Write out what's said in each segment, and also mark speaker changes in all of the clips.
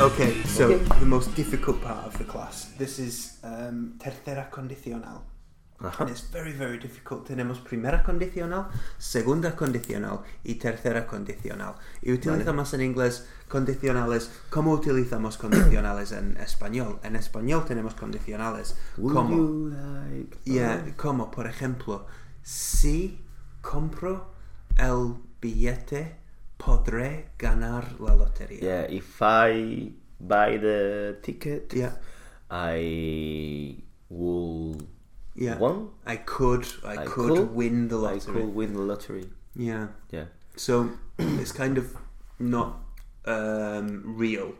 Speaker 1: Okay, so the most difficult part of the class. This is um, tercera condicional. And it's very, very difficult. Tenemos primera condicional, segunda condicional y tercera condicional. Y utilizamos en inglés condicionales. ¿Cómo utilizamos condicionales en español? En español tenemos condicionales
Speaker 2: Would
Speaker 1: como...
Speaker 2: you like?
Speaker 1: Yeah, como por ejemplo, si compro el billete, podré ganar la lotería.
Speaker 2: Yeah, if I buy the ticket,
Speaker 1: Yeah,
Speaker 2: I will.
Speaker 1: yeah.
Speaker 2: Won?
Speaker 1: I could, I,
Speaker 2: I
Speaker 1: could,
Speaker 2: could-
Speaker 1: win the
Speaker 2: I
Speaker 1: lottery.
Speaker 2: could win the lottery.
Speaker 1: Yeah.
Speaker 2: Yeah.
Speaker 1: So it's kind of not um, real.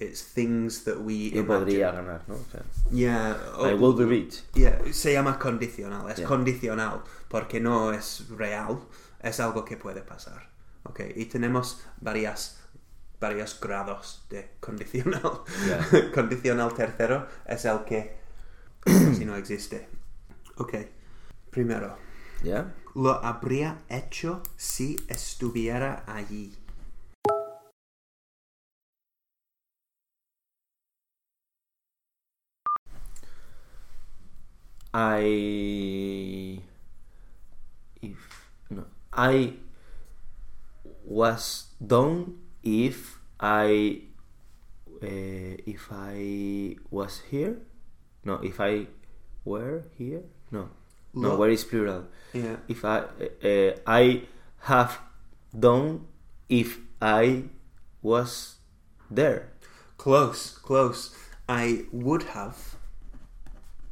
Speaker 1: It's things that we
Speaker 2: Yo
Speaker 1: imagine.
Speaker 2: podría ganar, ¿no? O sea,
Speaker 1: Yeah.
Speaker 2: I
Speaker 1: oh,
Speaker 2: will be rich.
Speaker 1: Yeah, se llama condicional, es
Speaker 2: Yeah.
Speaker 1: condicional, porque no es real, es algo que puede pasar. Ok, y tenemos varias, varios grados de condicional.
Speaker 2: Yeah.
Speaker 1: condicional tercero es el que si no existe. Ok, primero,
Speaker 2: Yeah.
Speaker 1: lo habría hecho si estuviera allí.
Speaker 2: I. If no, I was done if I uh, if I was here. No, if I were here. No, no.
Speaker 1: Lo-
Speaker 2: Where is plural?
Speaker 1: Yeah.
Speaker 2: If I uh, I have done if I was there.
Speaker 1: Close, close. I would have,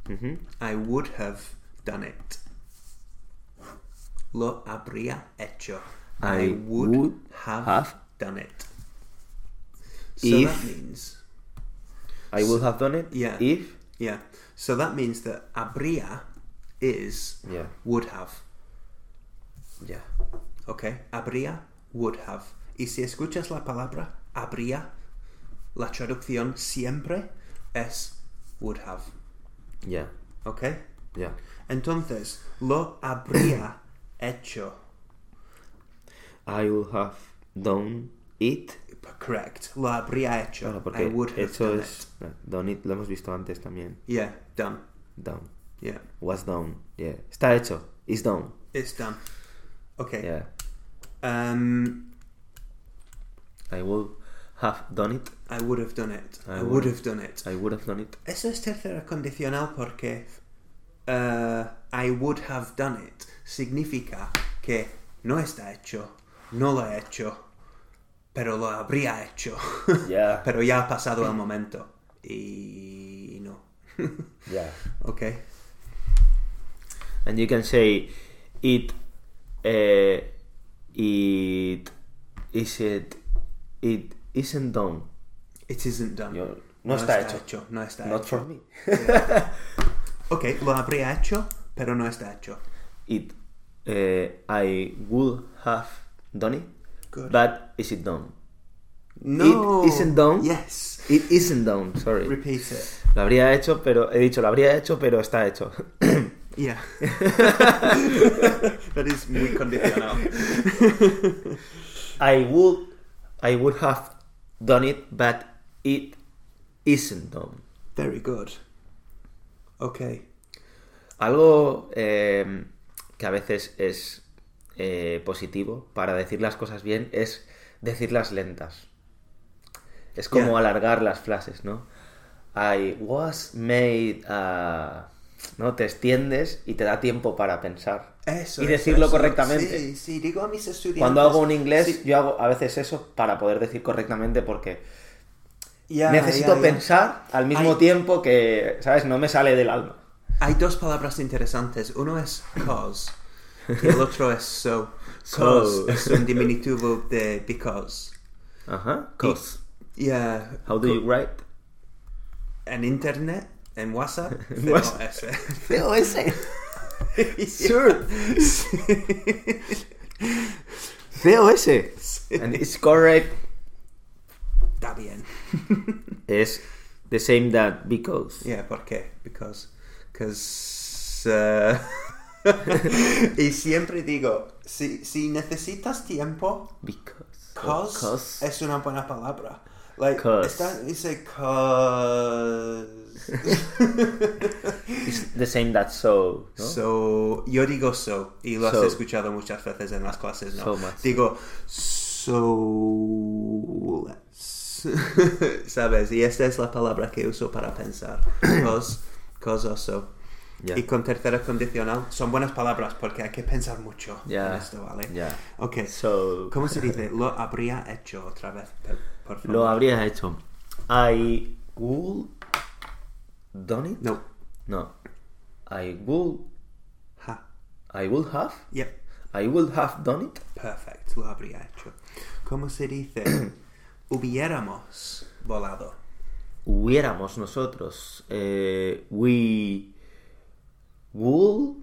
Speaker 1: Mm-hmm. I would have done it. Lo habría hecho.
Speaker 2: I would
Speaker 1: have,
Speaker 2: have
Speaker 1: done it. So that
Speaker 2: if-
Speaker 1: means,
Speaker 2: I would have done it
Speaker 1: Yeah.
Speaker 2: if
Speaker 1: yeah. So that means that habría is
Speaker 2: Yeah.
Speaker 1: would have.
Speaker 2: yeah.
Speaker 1: Okay. Habría, would have. Y si escuchas la palabra habría, la traducción siempre es would have.
Speaker 2: Yeah.
Speaker 1: Okay.
Speaker 2: Yeah.
Speaker 1: Entonces, lo habría hecho.
Speaker 2: I will have done it.
Speaker 1: Correct. Lo habría hecho.
Speaker 2: Claro,
Speaker 1: I
Speaker 2: Ah, porque
Speaker 1: would have
Speaker 2: eso
Speaker 1: done
Speaker 2: es. ah, Done it lo hemos visto antes también.
Speaker 1: it. Yeah, done.
Speaker 2: Done.
Speaker 1: Yeah,
Speaker 2: Was done. Yeah. Está hecho. Is done.
Speaker 1: it's done. Okay.
Speaker 2: Yeah.
Speaker 1: Um,
Speaker 2: I will have done it.
Speaker 1: I would have done it. I,
Speaker 2: I
Speaker 1: would,
Speaker 2: would.
Speaker 1: have done it.
Speaker 2: I would have done it.
Speaker 1: Eso es tercera condicional porque uh, I would have done it significa que no está hecho, no lo he hecho, pero lo habría hecho.
Speaker 2: Yeah.
Speaker 1: pero ya ha pasado el momento. Y no.
Speaker 2: Yeah.
Speaker 1: Okay.
Speaker 2: And you can say it. Uh, it. Is it. It isn't done.
Speaker 1: It isn't done.
Speaker 2: Yo- no está hecho.
Speaker 1: No está
Speaker 2: Not
Speaker 1: hecho.
Speaker 2: for me.
Speaker 1: Ok, lo habría hecho, pero no está hecho.
Speaker 2: It. Uh, I would have done it.
Speaker 1: Good.
Speaker 2: But is it done?
Speaker 1: No.
Speaker 2: It isn't done.
Speaker 1: Yes.
Speaker 2: It isn't done, sorry.
Speaker 1: Repeat it.
Speaker 2: Lo habría hecho, pero he dicho, lo habría hecho, pero está hecho.
Speaker 1: Yeah. that is muy condicional.
Speaker 2: I would I would have done it, but it isn't done.
Speaker 1: Very good. Ok.
Speaker 2: Algo eh, que a veces es eh, positivo para decir las cosas bien es decirlas lentas. Es como
Speaker 1: Yeah.
Speaker 2: alargar las frases, ¿no? I was made a... ¿no? Te extiendes y te da tiempo para pensar.
Speaker 1: Eso.
Speaker 2: Y
Speaker 1: eso,
Speaker 2: decirlo
Speaker 1: eso.
Speaker 2: correctamente.
Speaker 1: Sí, sí, digo a mis estudiantes.
Speaker 2: Cuando hago un inglés,
Speaker 1: sí,
Speaker 2: yo hago a veces eso para poder decir correctamente porque
Speaker 1: ya,
Speaker 2: necesito
Speaker 1: ya, ya.
Speaker 2: pensar al mismo
Speaker 1: Ay.
Speaker 2: tiempo que, ¿sabes? No me sale del alma.
Speaker 1: Hay dos palabras interesantes. Uno es cause y el otro es so. Cause
Speaker 2: So.
Speaker 1: es un diminutivo de because.
Speaker 2: Ajá. Cause.
Speaker 1: Yeah.
Speaker 2: How do you write?
Speaker 1: en internet, en WhatsApp,
Speaker 2: En
Speaker 1: COS.
Speaker 2: WhatsApp. COS. Sure. COS. And it's correct.
Speaker 1: Está bien.
Speaker 2: Es the same that because.
Speaker 1: Yeah, ¿por qué? Because. 'cause, uh, y siempre digo, si, si necesitas tiempo,
Speaker 2: Because.
Speaker 1: cause,
Speaker 2: Cause.
Speaker 1: es una buena palabra. Like,
Speaker 2: Cause.
Speaker 1: está- dice cause.
Speaker 2: It's the same that so. ¿no?
Speaker 1: So, yo digo so, y lo
Speaker 2: So. Ah,
Speaker 1: has escuchado muchas veces en las clases, ¿no?
Speaker 2: So much.
Speaker 1: Digo so, let's. ¿sabes? Y esta es la palabra que uso para pensar. Cos, cos o so.
Speaker 2: Ya.
Speaker 1: Y con tercera condicional son buenas palabras porque hay que pensar mucho en
Speaker 2: Ya.
Speaker 1: esto, ¿vale?
Speaker 2: Ya.
Speaker 1: Ok,
Speaker 2: So.
Speaker 1: ¿cómo se dice? Lo habría hecho otra vez, pe- por favor.
Speaker 2: Lo habrías hecho. I would done it.
Speaker 1: No.
Speaker 2: No. I would.
Speaker 1: Ha.
Speaker 2: I would have.
Speaker 1: Yep.
Speaker 2: I would have done it.
Speaker 1: Perfect, lo habría hecho. ¿Cómo se dice? Hubiéramos volado.
Speaker 2: Hubiéramos nosotros. eh, we would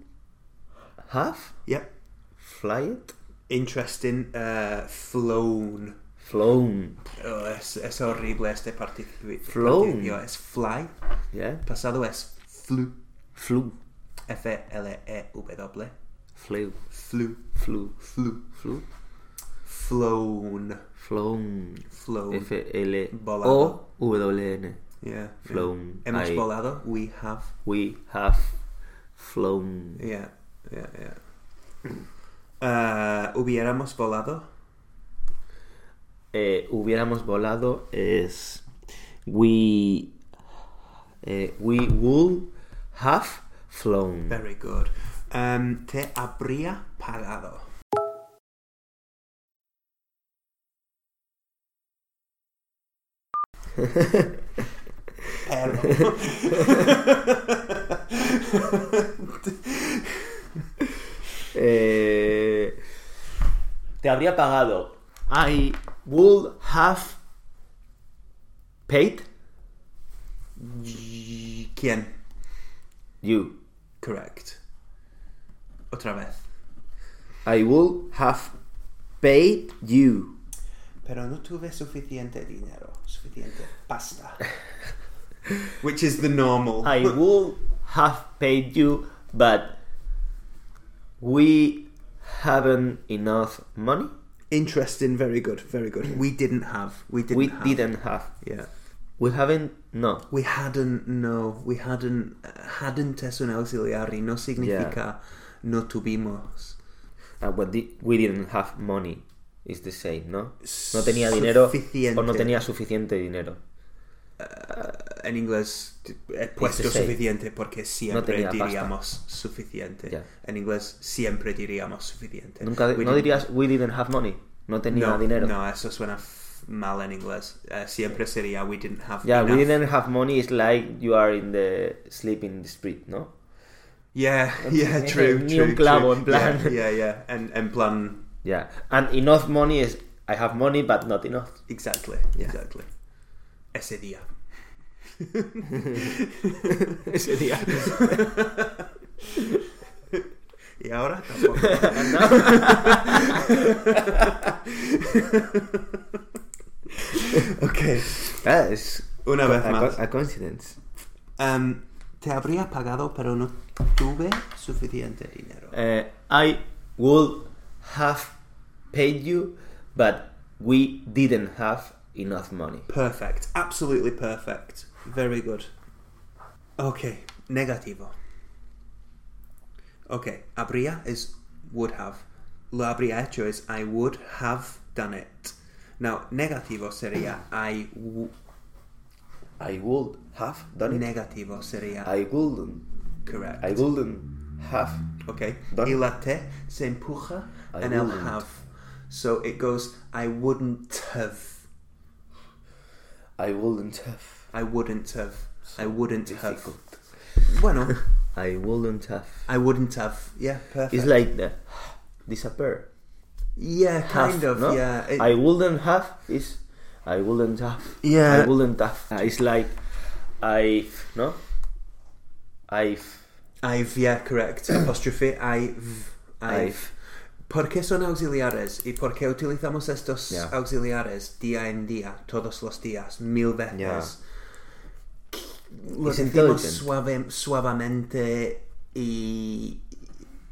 Speaker 2: have
Speaker 1: Yep.
Speaker 2: flight
Speaker 1: Interesting. Uh, flown.
Speaker 2: flown.
Speaker 1: Oh, es, es horrible este participio.
Speaker 2: Flown.
Speaker 1: participio. Es fly.
Speaker 2: Yeah.
Speaker 1: Pasado es flew.
Speaker 2: Flew.
Speaker 1: E F-L-E-W.
Speaker 2: Flew.
Speaker 1: Flew.
Speaker 2: Flew.
Speaker 1: Flew.
Speaker 2: Flew.
Speaker 1: Flown.
Speaker 2: Flown.
Speaker 1: Flown.
Speaker 2: F L
Speaker 1: Volado.
Speaker 2: O W N.
Speaker 1: yeah.
Speaker 2: Flown.
Speaker 1: Hemos
Speaker 2: I-
Speaker 1: volado. We have.
Speaker 2: We have flown.
Speaker 1: Yeah. Yeah, yeah. Uh, hubiéramos volado.
Speaker 2: Eh, hubiéramos volado es we eh, we would have flown.
Speaker 1: Very good. Um, te habría pagado. Pero.
Speaker 2: Eh, te habría pagado. I would have paid
Speaker 1: ¿Quién?
Speaker 2: you.
Speaker 1: Correct. Otra vez.
Speaker 2: I would have paid you.
Speaker 1: Pero no tuve suficiente dinero, suficiente pasta. Which is the normal.
Speaker 2: I would have paid you, but we haven't enough money.
Speaker 1: Interesting. Very good. Very good. We didn't have. We didn't.
Speaker 2: we
Speaker 1: have.
Speaker 2: didn't have.
Speaker 1: Yeah.
Speaker 2: We haven't. No.
Speaker 1: We hadn't, no, we hadn't, hadn't es un auxiliar y no significa no tuvimos.
Speaker 2: Uh, but di- we didn't have money. It's the same, ¿no? No tenía dinero o no
Speaker 1: Suficiente.
Speaker 2: tenía suficiente dinero.
Speaker 1: En inglés t- he puesto
Speaker 2: same.
Speaker 1: suficiente porque siempre
Speaker 2: tenía pasta.
Speaker 1: diríamos suficiente.
Speaker 2: Yeah.
Speaker 1: En inglés siempre diríamos suficiente.
Speaker 2: Nunca
Speaker 1: We
Speaker 2: no
Speaker 1: didn't-
Speaker 2: dirías we didn't have money. No tenía
Speaker 1: no,
Speaker 2: dinero.
Speaker 1: No, eso suena f- mal en inglés. Eh, siempre sería we didn't have
Speaker 2: Yeah,
Speaker 1: enough.
Speaker 2: we didn't have money is like you are in the sleep in the street, ¿no?
Speaker 1: Yeah, yeah,
Speaker 2: Ni-
Speaker 1: true,
Speaker 2: ni
Speaker 1: true,
Speaker 2: un clavo,
Speaker 1: true.
Speaker 2: en plan.
Speaker 1: Yeah, yeah, yeah. En, en plan,
Speaker 2: Yeah. And enough money is I have money but not enough.
Speaker 1: exactly, exactly. Ese día.
Speaker 2: Ese día.
Speaker 1: Y ahora tampoco. ok.
Speaker 2: Ah, es
Speaker 1: Una vez
Speaker 2: a,
Speaker 1: más.
Speaker 2: a coincidence.
Speaker 1: Em, te habría pagado, pero no tuve suficiente dinero.
Speaker 2: Uh, I would have paid you but we didn't have enough money.
Speaker 1: Perfect. Absolutely perfect. Very good. Ok. Negativo. Ok. Habría is would have. Lo habría hecho is I would have done it. Now, negativo sería I... W-
Speaker 2: I would have done it.
Speaker 1: negativo sería...
Speaker 2: I wouldn't.
Speaker 1: correct.
Speaker 2: I wouldn't have.
Speaker 1: Okay.
Speaker 2: Done.
Speaker 1: Y la T se empuja
Speaker 2: I
Speaker 1: and I'll
Speaker 2: wouldn't.
Speaker 1: have. So it goes, I wouldn't have.
Speaker 2: I wouldn't have.
Speaker 1: I wouldn't have. I wouldn't have.
Speaker 2: Difficult.
Speaker 1: Bueno,
Speaker 2: I wouldn't have.
Speaker 1: I wouldn't have. Yeah, perfect.
Speaker 2: It's like the disappear.
Speaker 1: yeah,
Speaker 2: Have,
Speaker 1: kind of.
Speaker 2: no?
Speaker 1: Yeah. It-
Speaker 2: I wouldn't have is I wouldn't have.
Speaker 1: Yeah.
Speaker 2: I wouldn't have. Uh, It's like I've, ¿no? I've.
Speaker 1: I've, yeah, correct. Apóstrofe I've, I've.
Speaker 2: I've.
Speaker 1: ¿Por qué son auxiliares? ¿Y por qué utilizamos estos
Speaker 2: Ya.
Speaker 1: auxiliares día en día, todos los días, mil veces?
Speaker 2: Ya.
Speaker 1: Lo
Speaker 2: It's
Speaker 1: decimos
Speaker 2: intelligent.
Speaker 1: suave, suavemente y,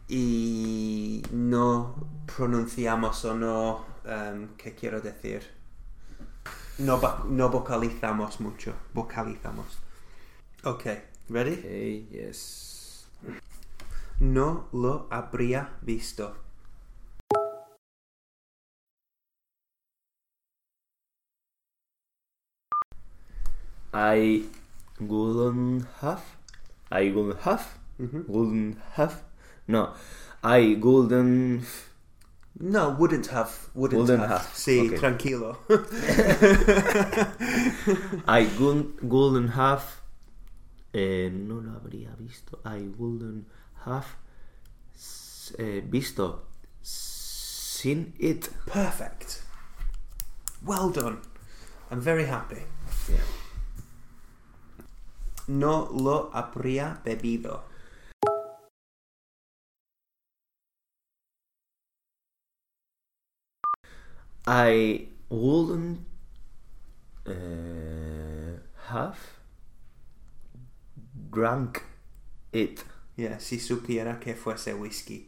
Speaker 1: y no pronunciamos o no... em, ¿Qué quiero decir? No, va- no vocalizamos mucho, vocalizamos. Ok, ¿ready?
Speaker 2: Okay, yes.
Speaker 1: No lo habría visto.
Speaker 2: I wouldn't have. I wouldn't have.
Speaker 1: Mm-hmm.
Speaker 2: Wouldn't have. No. I wouldn't. f-
Speaker 1: No, wouldn't have. Wouldn't,
Speaker 2: Wouldn't
Speaker 1: have.
Speaker 2: have,
Speaker 1: Sí,
Speaker 2: ok.
Speaker 1: tranquilo.
Speaker 2: I wouldn't, wouldn't have. eh, no lo habría visto. I wouldn't have s- eh, visto. Seen it.
Speaker 1: Perfect. Well done. I'm very happy.
Speaker 2: Yeah.
Speaker 1: No lo habría bebido.
Speaker 2: I wouldn't uh, have drunk it.
Speaker 1: Yeah, si supiera que fuese whisky.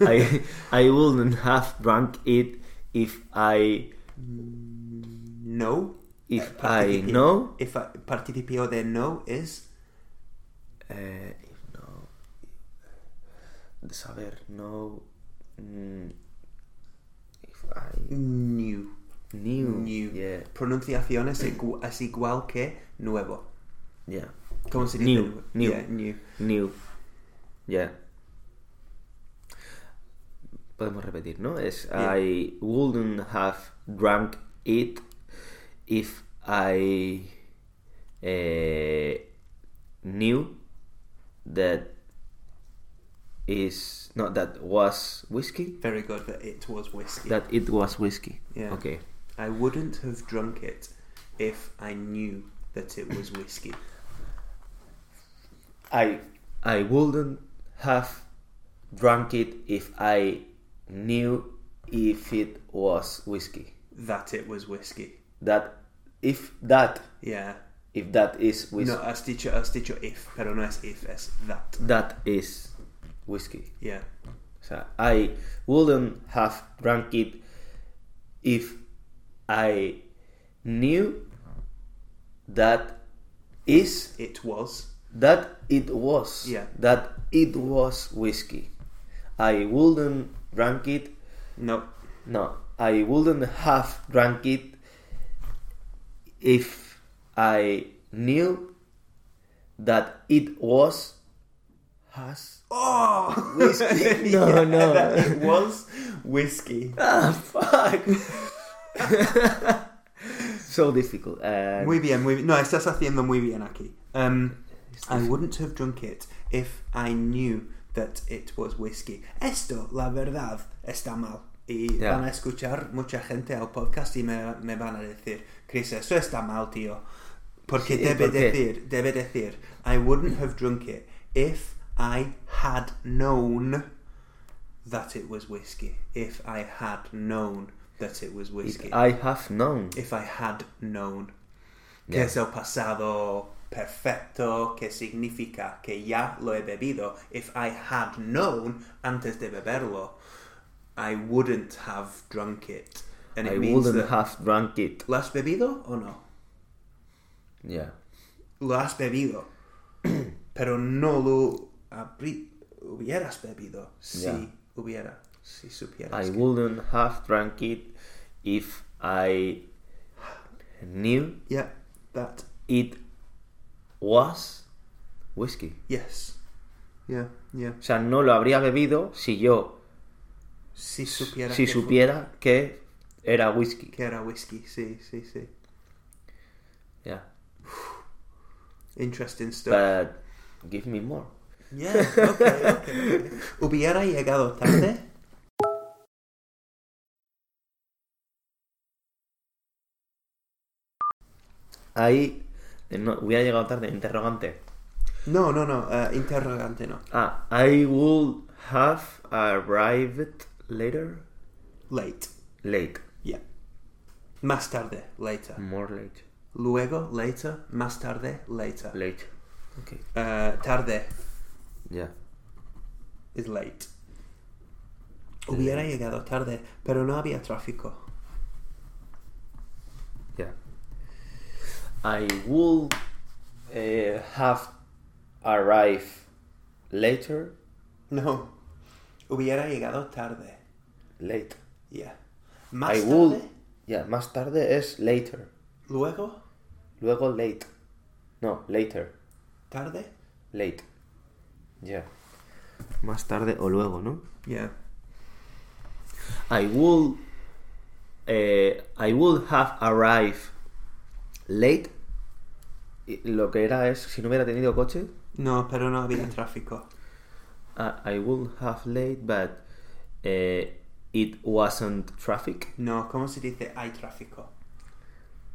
Speaker 2: I I wouldn't have drunk it if I
Speaker 1: No. Eh,
Speaker 2: if I
Speaker 1: Participio-
Speaker 2: know
Speaker 1: If I, participio de no is
Speaker 2: uh, if no saber no mm, if I
Speaker 1: new.
Speaker 2: knew
Speaker 1: New.
Speaker 2: yeah
Speaker 1: Pronunciación es, igu- es igual que nuevo.
Speaker 2: yeah
Speaker 1: ¿Cómo se dice?
Speaker 2: New, new.
Speaker 1: Yeah, new.
Speaker 2: new yeah podemos repetir no es
Speaker 1: Yeah.
Speaker 2: I wouldn't have drunk it if I eh, knew that is not that was whiskey
Speaker 1: Very good that it was whiskey.
Speaker 2: that it was whiskey
Speaker 1: Yeah.
Speaker 2: okay
Speaker 1: I wouldn't have drunk it if I knew that it was whiskey.
Speaker 2: I I wouldn't have drunk it if I knew if it was whiskey.
Speaker 1: that it was whiskey.
Speaker 2: That if that
Speaker 1: Yeah.
Speaker 2: if that is whiskey
Speaker 1: No, has dicho, has dicho if, pero no es if, es that.
Speaker 2: that is whiskey.
Speaker 1: Yeah.
Speaker 2: So I wouldn't have drunk it if I knew that is
Speaker 1: It was.
Speaker 2: that it was
Speaker 1: Yeah.
Speaker 2: that it was whiskey. I wouldn't drink it.
Speaker 1: No.
Speaker 2: No, I wouldn't have drunk it if I knew that it was has.
Speaker 1: Oh!
Speaker 2: Whiskey? No, no.
Speaker 1: That it was whiskey.
Speaker 2: Ah, fuck. so difficult. Uh,
Speaker 1: Muy bien, muy bien. No, estás haciendo muy bien aquí. Um, I wouldn't have drunk it if I knew that it was whiskey. Esto, la verdad, está mal. Y
Speaker 2: Ya.
Speaker 1: van a escuchar mucha gente al podcast y me, me van a decir, Chris, eso está mal, tío. Porque
Speaker 2: Sí,
Speaker 1: debe
Speaker 2: ¿por qué?
Speaker 1: decir, debe decir, I wouldn't have drunk it if I had known that it was whiskey. If I had known that it was
Speaker 2: if
Speaker 1: whiskey.
Speaker 2: I have known.
Speaker 1: If I had known. Que
Speaker 2: Yeah.
Speaker 1: es el pasado perfecto, que significa que ya lo he bebido. If I had known antes de beberlo, I wouldn't have drunk it. And it
Speaker 2: I
Speaker 1: means
Speaker 2: wouldn't
Speaker 1: that-
Speaker 2: have drunk it.
Speaker 1: ¿Lo has bebido o no?
Speaker 2: Yeah.
Speaker 1: Lo has bebido. Pero no lo habrí- hubieras bebido si
Speaker 2: Yeah.
Speaker 1: hubiera, si supieras.
Speaker 2: I
Speaker 1: que-
Speaker 2: wouldn't have drunk it if I knew
Speaker 1: Yeah, that,
Speaker 2: it was whiskey.
Speaker 1: yes. Yeah, yeah.
Speaker 2: O sea, no lo habría bebido si yo,
Speaker 1: Si supiera
Speaker 2: si
Speaker 1: que fu-
Speaker 2: supiera que era whisky.
Speaker 1: que era whisky, sí, sí, sí.
Speaker 2: Yeah.
Speaker 1: Interesting stuff.
Speaker 2: But give me more.
Speaker 1: Yeah, okay, okay. Hubiera llegado tarde.
Speaker 2: I Eh, No, hubiera llegado tarde. Interrogante.
Speaker 1: No, no, no. eh, interrogante no.
Speaker 2: Ah, I would have arrived later.
Speaker 1: Late.
Speaker 2: Late.
Speaker 1: Yeah. Más tarde. Later.
Speaker 2: More late.
Speaker 1: Luego. Later. Más tarde. Later.
Speaker 2: Late. Okay.
Speaker 1: Eh, tarde.
Speaker 2: Yeah.
Speaker 1: is late. Hubiera llegado tarde, pero no había tráfico.
Speaker 2: Yeah. I would uh, have arrived later.
Speaker 1: No. Hubiera llegado tarde.
Speaker 2: Late.
Speaker 1: Yeah. Más
Speaker 2: I
Speaker 1: tarde.
Speaker 2: would. Yeah, más tarde es later.
Speaker 1: Luego.
Speaker 2: Luego late. No, later.
Speaker 1: Tarde.
Speaker 2: Late. Yeah. Más tarde o luego, ¿no?
Speaker 1: Yeah.
Speaker 2: I would. eh, I would have arrived late. Y Lo que era es, si no hubiera tenido coche,
Speaker 1: No, pero no había tráfico.
Speaker 2: Uh, I- I would have late, but eh, it wasn't traffic.
Speaker 1: No, ¿cómo se dice hay tráfico?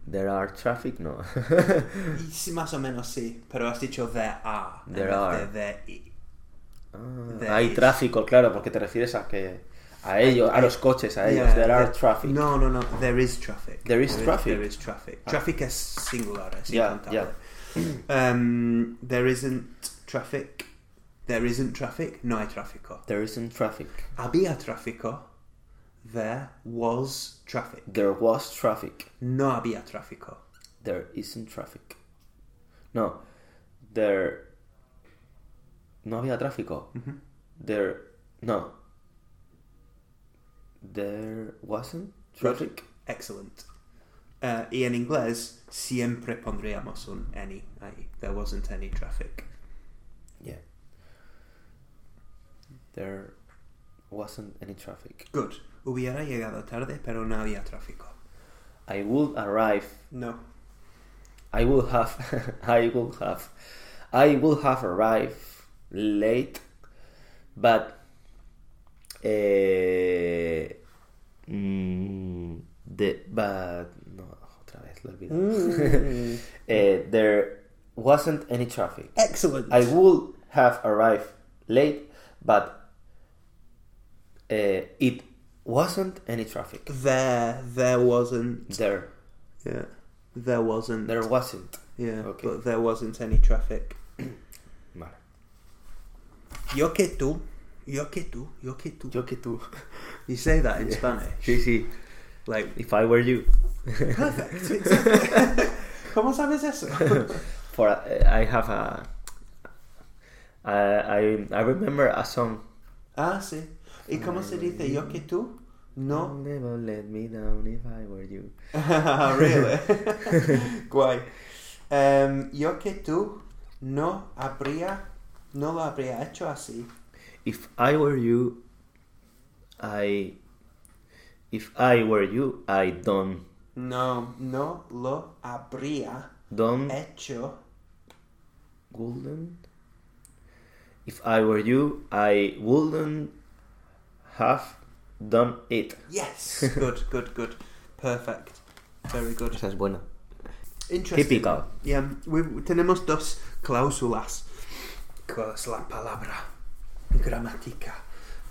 Speaker 2: There are traffic, no. Ah,
Speaker 1: Y sí, más o menos sí, pero has dicho there are. en
Speaker 2: There
Speaker 1: vez
Speaker 2: are.
Speaker 1: De there i-
Speaker 2: Ah,
Speaker 1: There
Speaker 2: hay
Speaker 1: is.
Speaker 2: tráfico, claro, porque te refieres a que a ellos, a los coches, a ellos.
Speaker 1: Yeah,
Speaker 2: Ah, there are
Speaker 1: there-
Speaker 2: traffic.
Speaker 1: No, no, no. There is traffic.
Speaker 2: There is traffic. Ah.
Speaker 1: there is traffic. Traffic es singular, es
Speaker 2: Yeah,
Speaker 1: incontable. Um, there isn't traffic. There isn't traffic. No hay tráfico.
Speaker 2: There isn't traffic.
Speaker 1: Había tráfico. There was traffic.
Speaker 2: There was traffic.
Speaker 1: No había tráfico.
Speaker 2: There isn't traffic. No. There. No había tráfico.
Speaker 1: Mm-hmm.
Speaker 2: There. No. There wasn't traffic.
Speaker 1: Excellent. Uh, y en inglés siempre pondríamos un any ahí. There wasn't any traffic.
Speaker 2: Yeah. There wasn't any traffic.
Speaker 1: Good. Hubiera llegado tarde, pero no había tráfico.
Speaker 2: I would arrive
Speaker 1: No.
Speaker 2: I will have, I will have, I will have arrived late, but eh, mm, the but no otra vez lo he olvidado. Eh, there wasn't any traffic.
Speaker 1: Excellent.
Speaker 2: I would have arrived late, but eh, it wasn't any traffic.
Speaker 1: There, there wasn't.
Speaker 2: There,
Speaker 1: Yeah. There wasn't.
Speaker 2: there wasn't.
Speaker 1: yeah.
Speaker 2: Okay.
Speaker 1: But there wasn't any traffic.
Speaker 2: Vale.
Speaker 1: Yo que tú. Yo que tú. Yo que tú.
Speaker 2: Yo que tú.
Speaker 1: You say that in Spanish.
Speaker 2: Sí, sí.
Speaker 1: Like,
Speaker 2: If I were you.
Speaker 1: perfect. exactly. ¿Cómo sabes eso?
Speaker 2: For uh, I have a. I I I remember a song.
Speaker 1: ah, sí. ¿Y cómo se dice yo que tú? No.
Speaker 2: Never let me down if I were you.
Speaker 1: really? Guay. Em, yo que tú no habría. No lo habría hecho así.
Speaker 2: If I were you, I. If I were you, I don't
Speaker 1: No, no lo habría
Speaker 2: don't
Speaker 1: hecho
Speaker 2: golden. If I were you, I wouldn't have done it.
Speaker 1: Yes. good, good, good. Perfect. Very good.
Speaker 2: es buena.
Speaker 1: Interesting.
Speaker 2: Típica.
Speaker 1: Yeah, we- tenemos dos cláusulas. ¿Cuál es la palabra gramática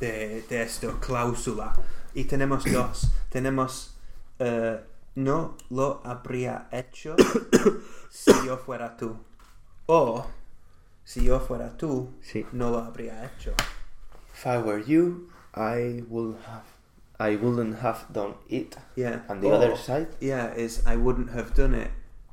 Speaker 1: de, de esto? Cláusula. Y tenemos dos. tenemos eh, no lo habría hecho si yo fuera tú. O si yo fuera tú,
Speaker 2: Sí.
Speaker 1: no lo habría hecho.
Speaker 2: If I were you, I would have. I wouldn't have done it.
Speaker 1: Yeah.
Speaker 2: And the
Speaker 1: or-
Speaker 2: other side.
Speaker 1: Yeah, is I wouldn't have done it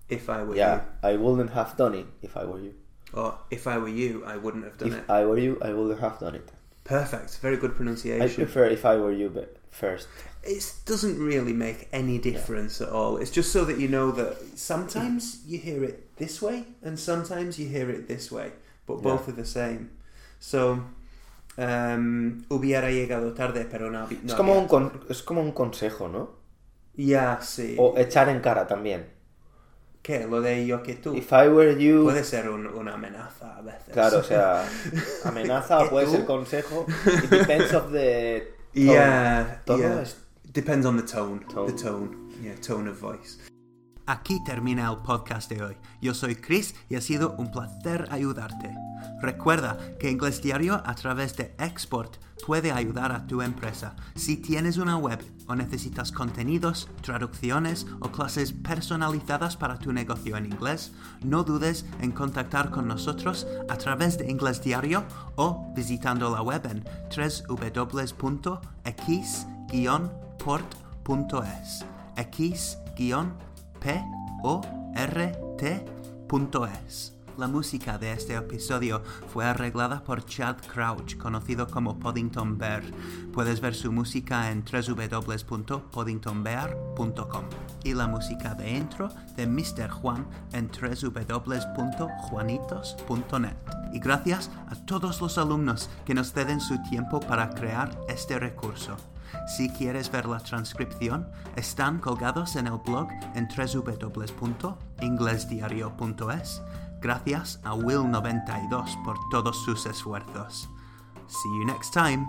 Speaker 1: if I were
Speaker 2: Yeah,
Speaker 1: you.
Speaker 2: I wouldn't have done it if I were you.
Speaker 1: Or if I were you, I wouldn't have done
Speaker 2: if
Speaker 1: it.
Speaker 2: I were you, I wouldn't have done it.
Speaker 1: Perfect. Very good
Speaker 2: I
Speaker 1: pronunciation.
Speaker 2: prefer if I were you but first.
Speaker 1: It doesn't really make any difference at all. It's just so that you know that sometimes you hear it this way and sometimes you hear it this way, but both are the same. So, um, hubiera llegado tarde, pero no. habi- no
Speaker 2: es, como
Speaker 1: había-
Speaker 2: un con- es como un consejo, ¿no?
Speaker 1: Ya, sí.
Speaker 2: O echar en cara también.
Speaker 1: ¿Qué? Lo de yo que tú.
Speaker 2: If I were you.
Speaker 1: Puede ser un- una amenaza a veces.
Speaker 2: Claro, o sea, amenaza o puede
Speaker 1: ¿Tú?
Speaker 2: ser consejo. It depends of the. tone.
Speaker 1: Yeah,
Speaker 2: Tono
Speaker 1: yeah.
Speaker 2: es-
Speaker 1: Depends on the tone.
Speaker 2: Tone.
Speaker 1: The tone. Yeah, tone of voice. Aquí termina el podcast de hoy. Yo soy Chris y ha sido un placer ayudarte. Recuerda que Inglés Diario a través de Export puede ayudar a tu empresa. Si tienes una web o necesitas contenidos, traducciones o clases personalizadas para tu negocio en inglés, no dudes en contactar con nosotros a través de Inglés Diario o visitando la web en www.x-port.es. x-port.es. La música de este episodio fue arreglada por Chad Crouch, conocido como Poddington Bear. Puedes ver su música en www.poddingtonbear.com y la música de intro de Mr. Juan en www.juanitos.net. Y gracias a todos los alumnos que nos ceden su tiempo para crear este recurso. Si quieres ver la transcripción, están colgados en el blog en www.inglesdiario.es gracias a Will92 por todos sus esfuerzos. See you next time!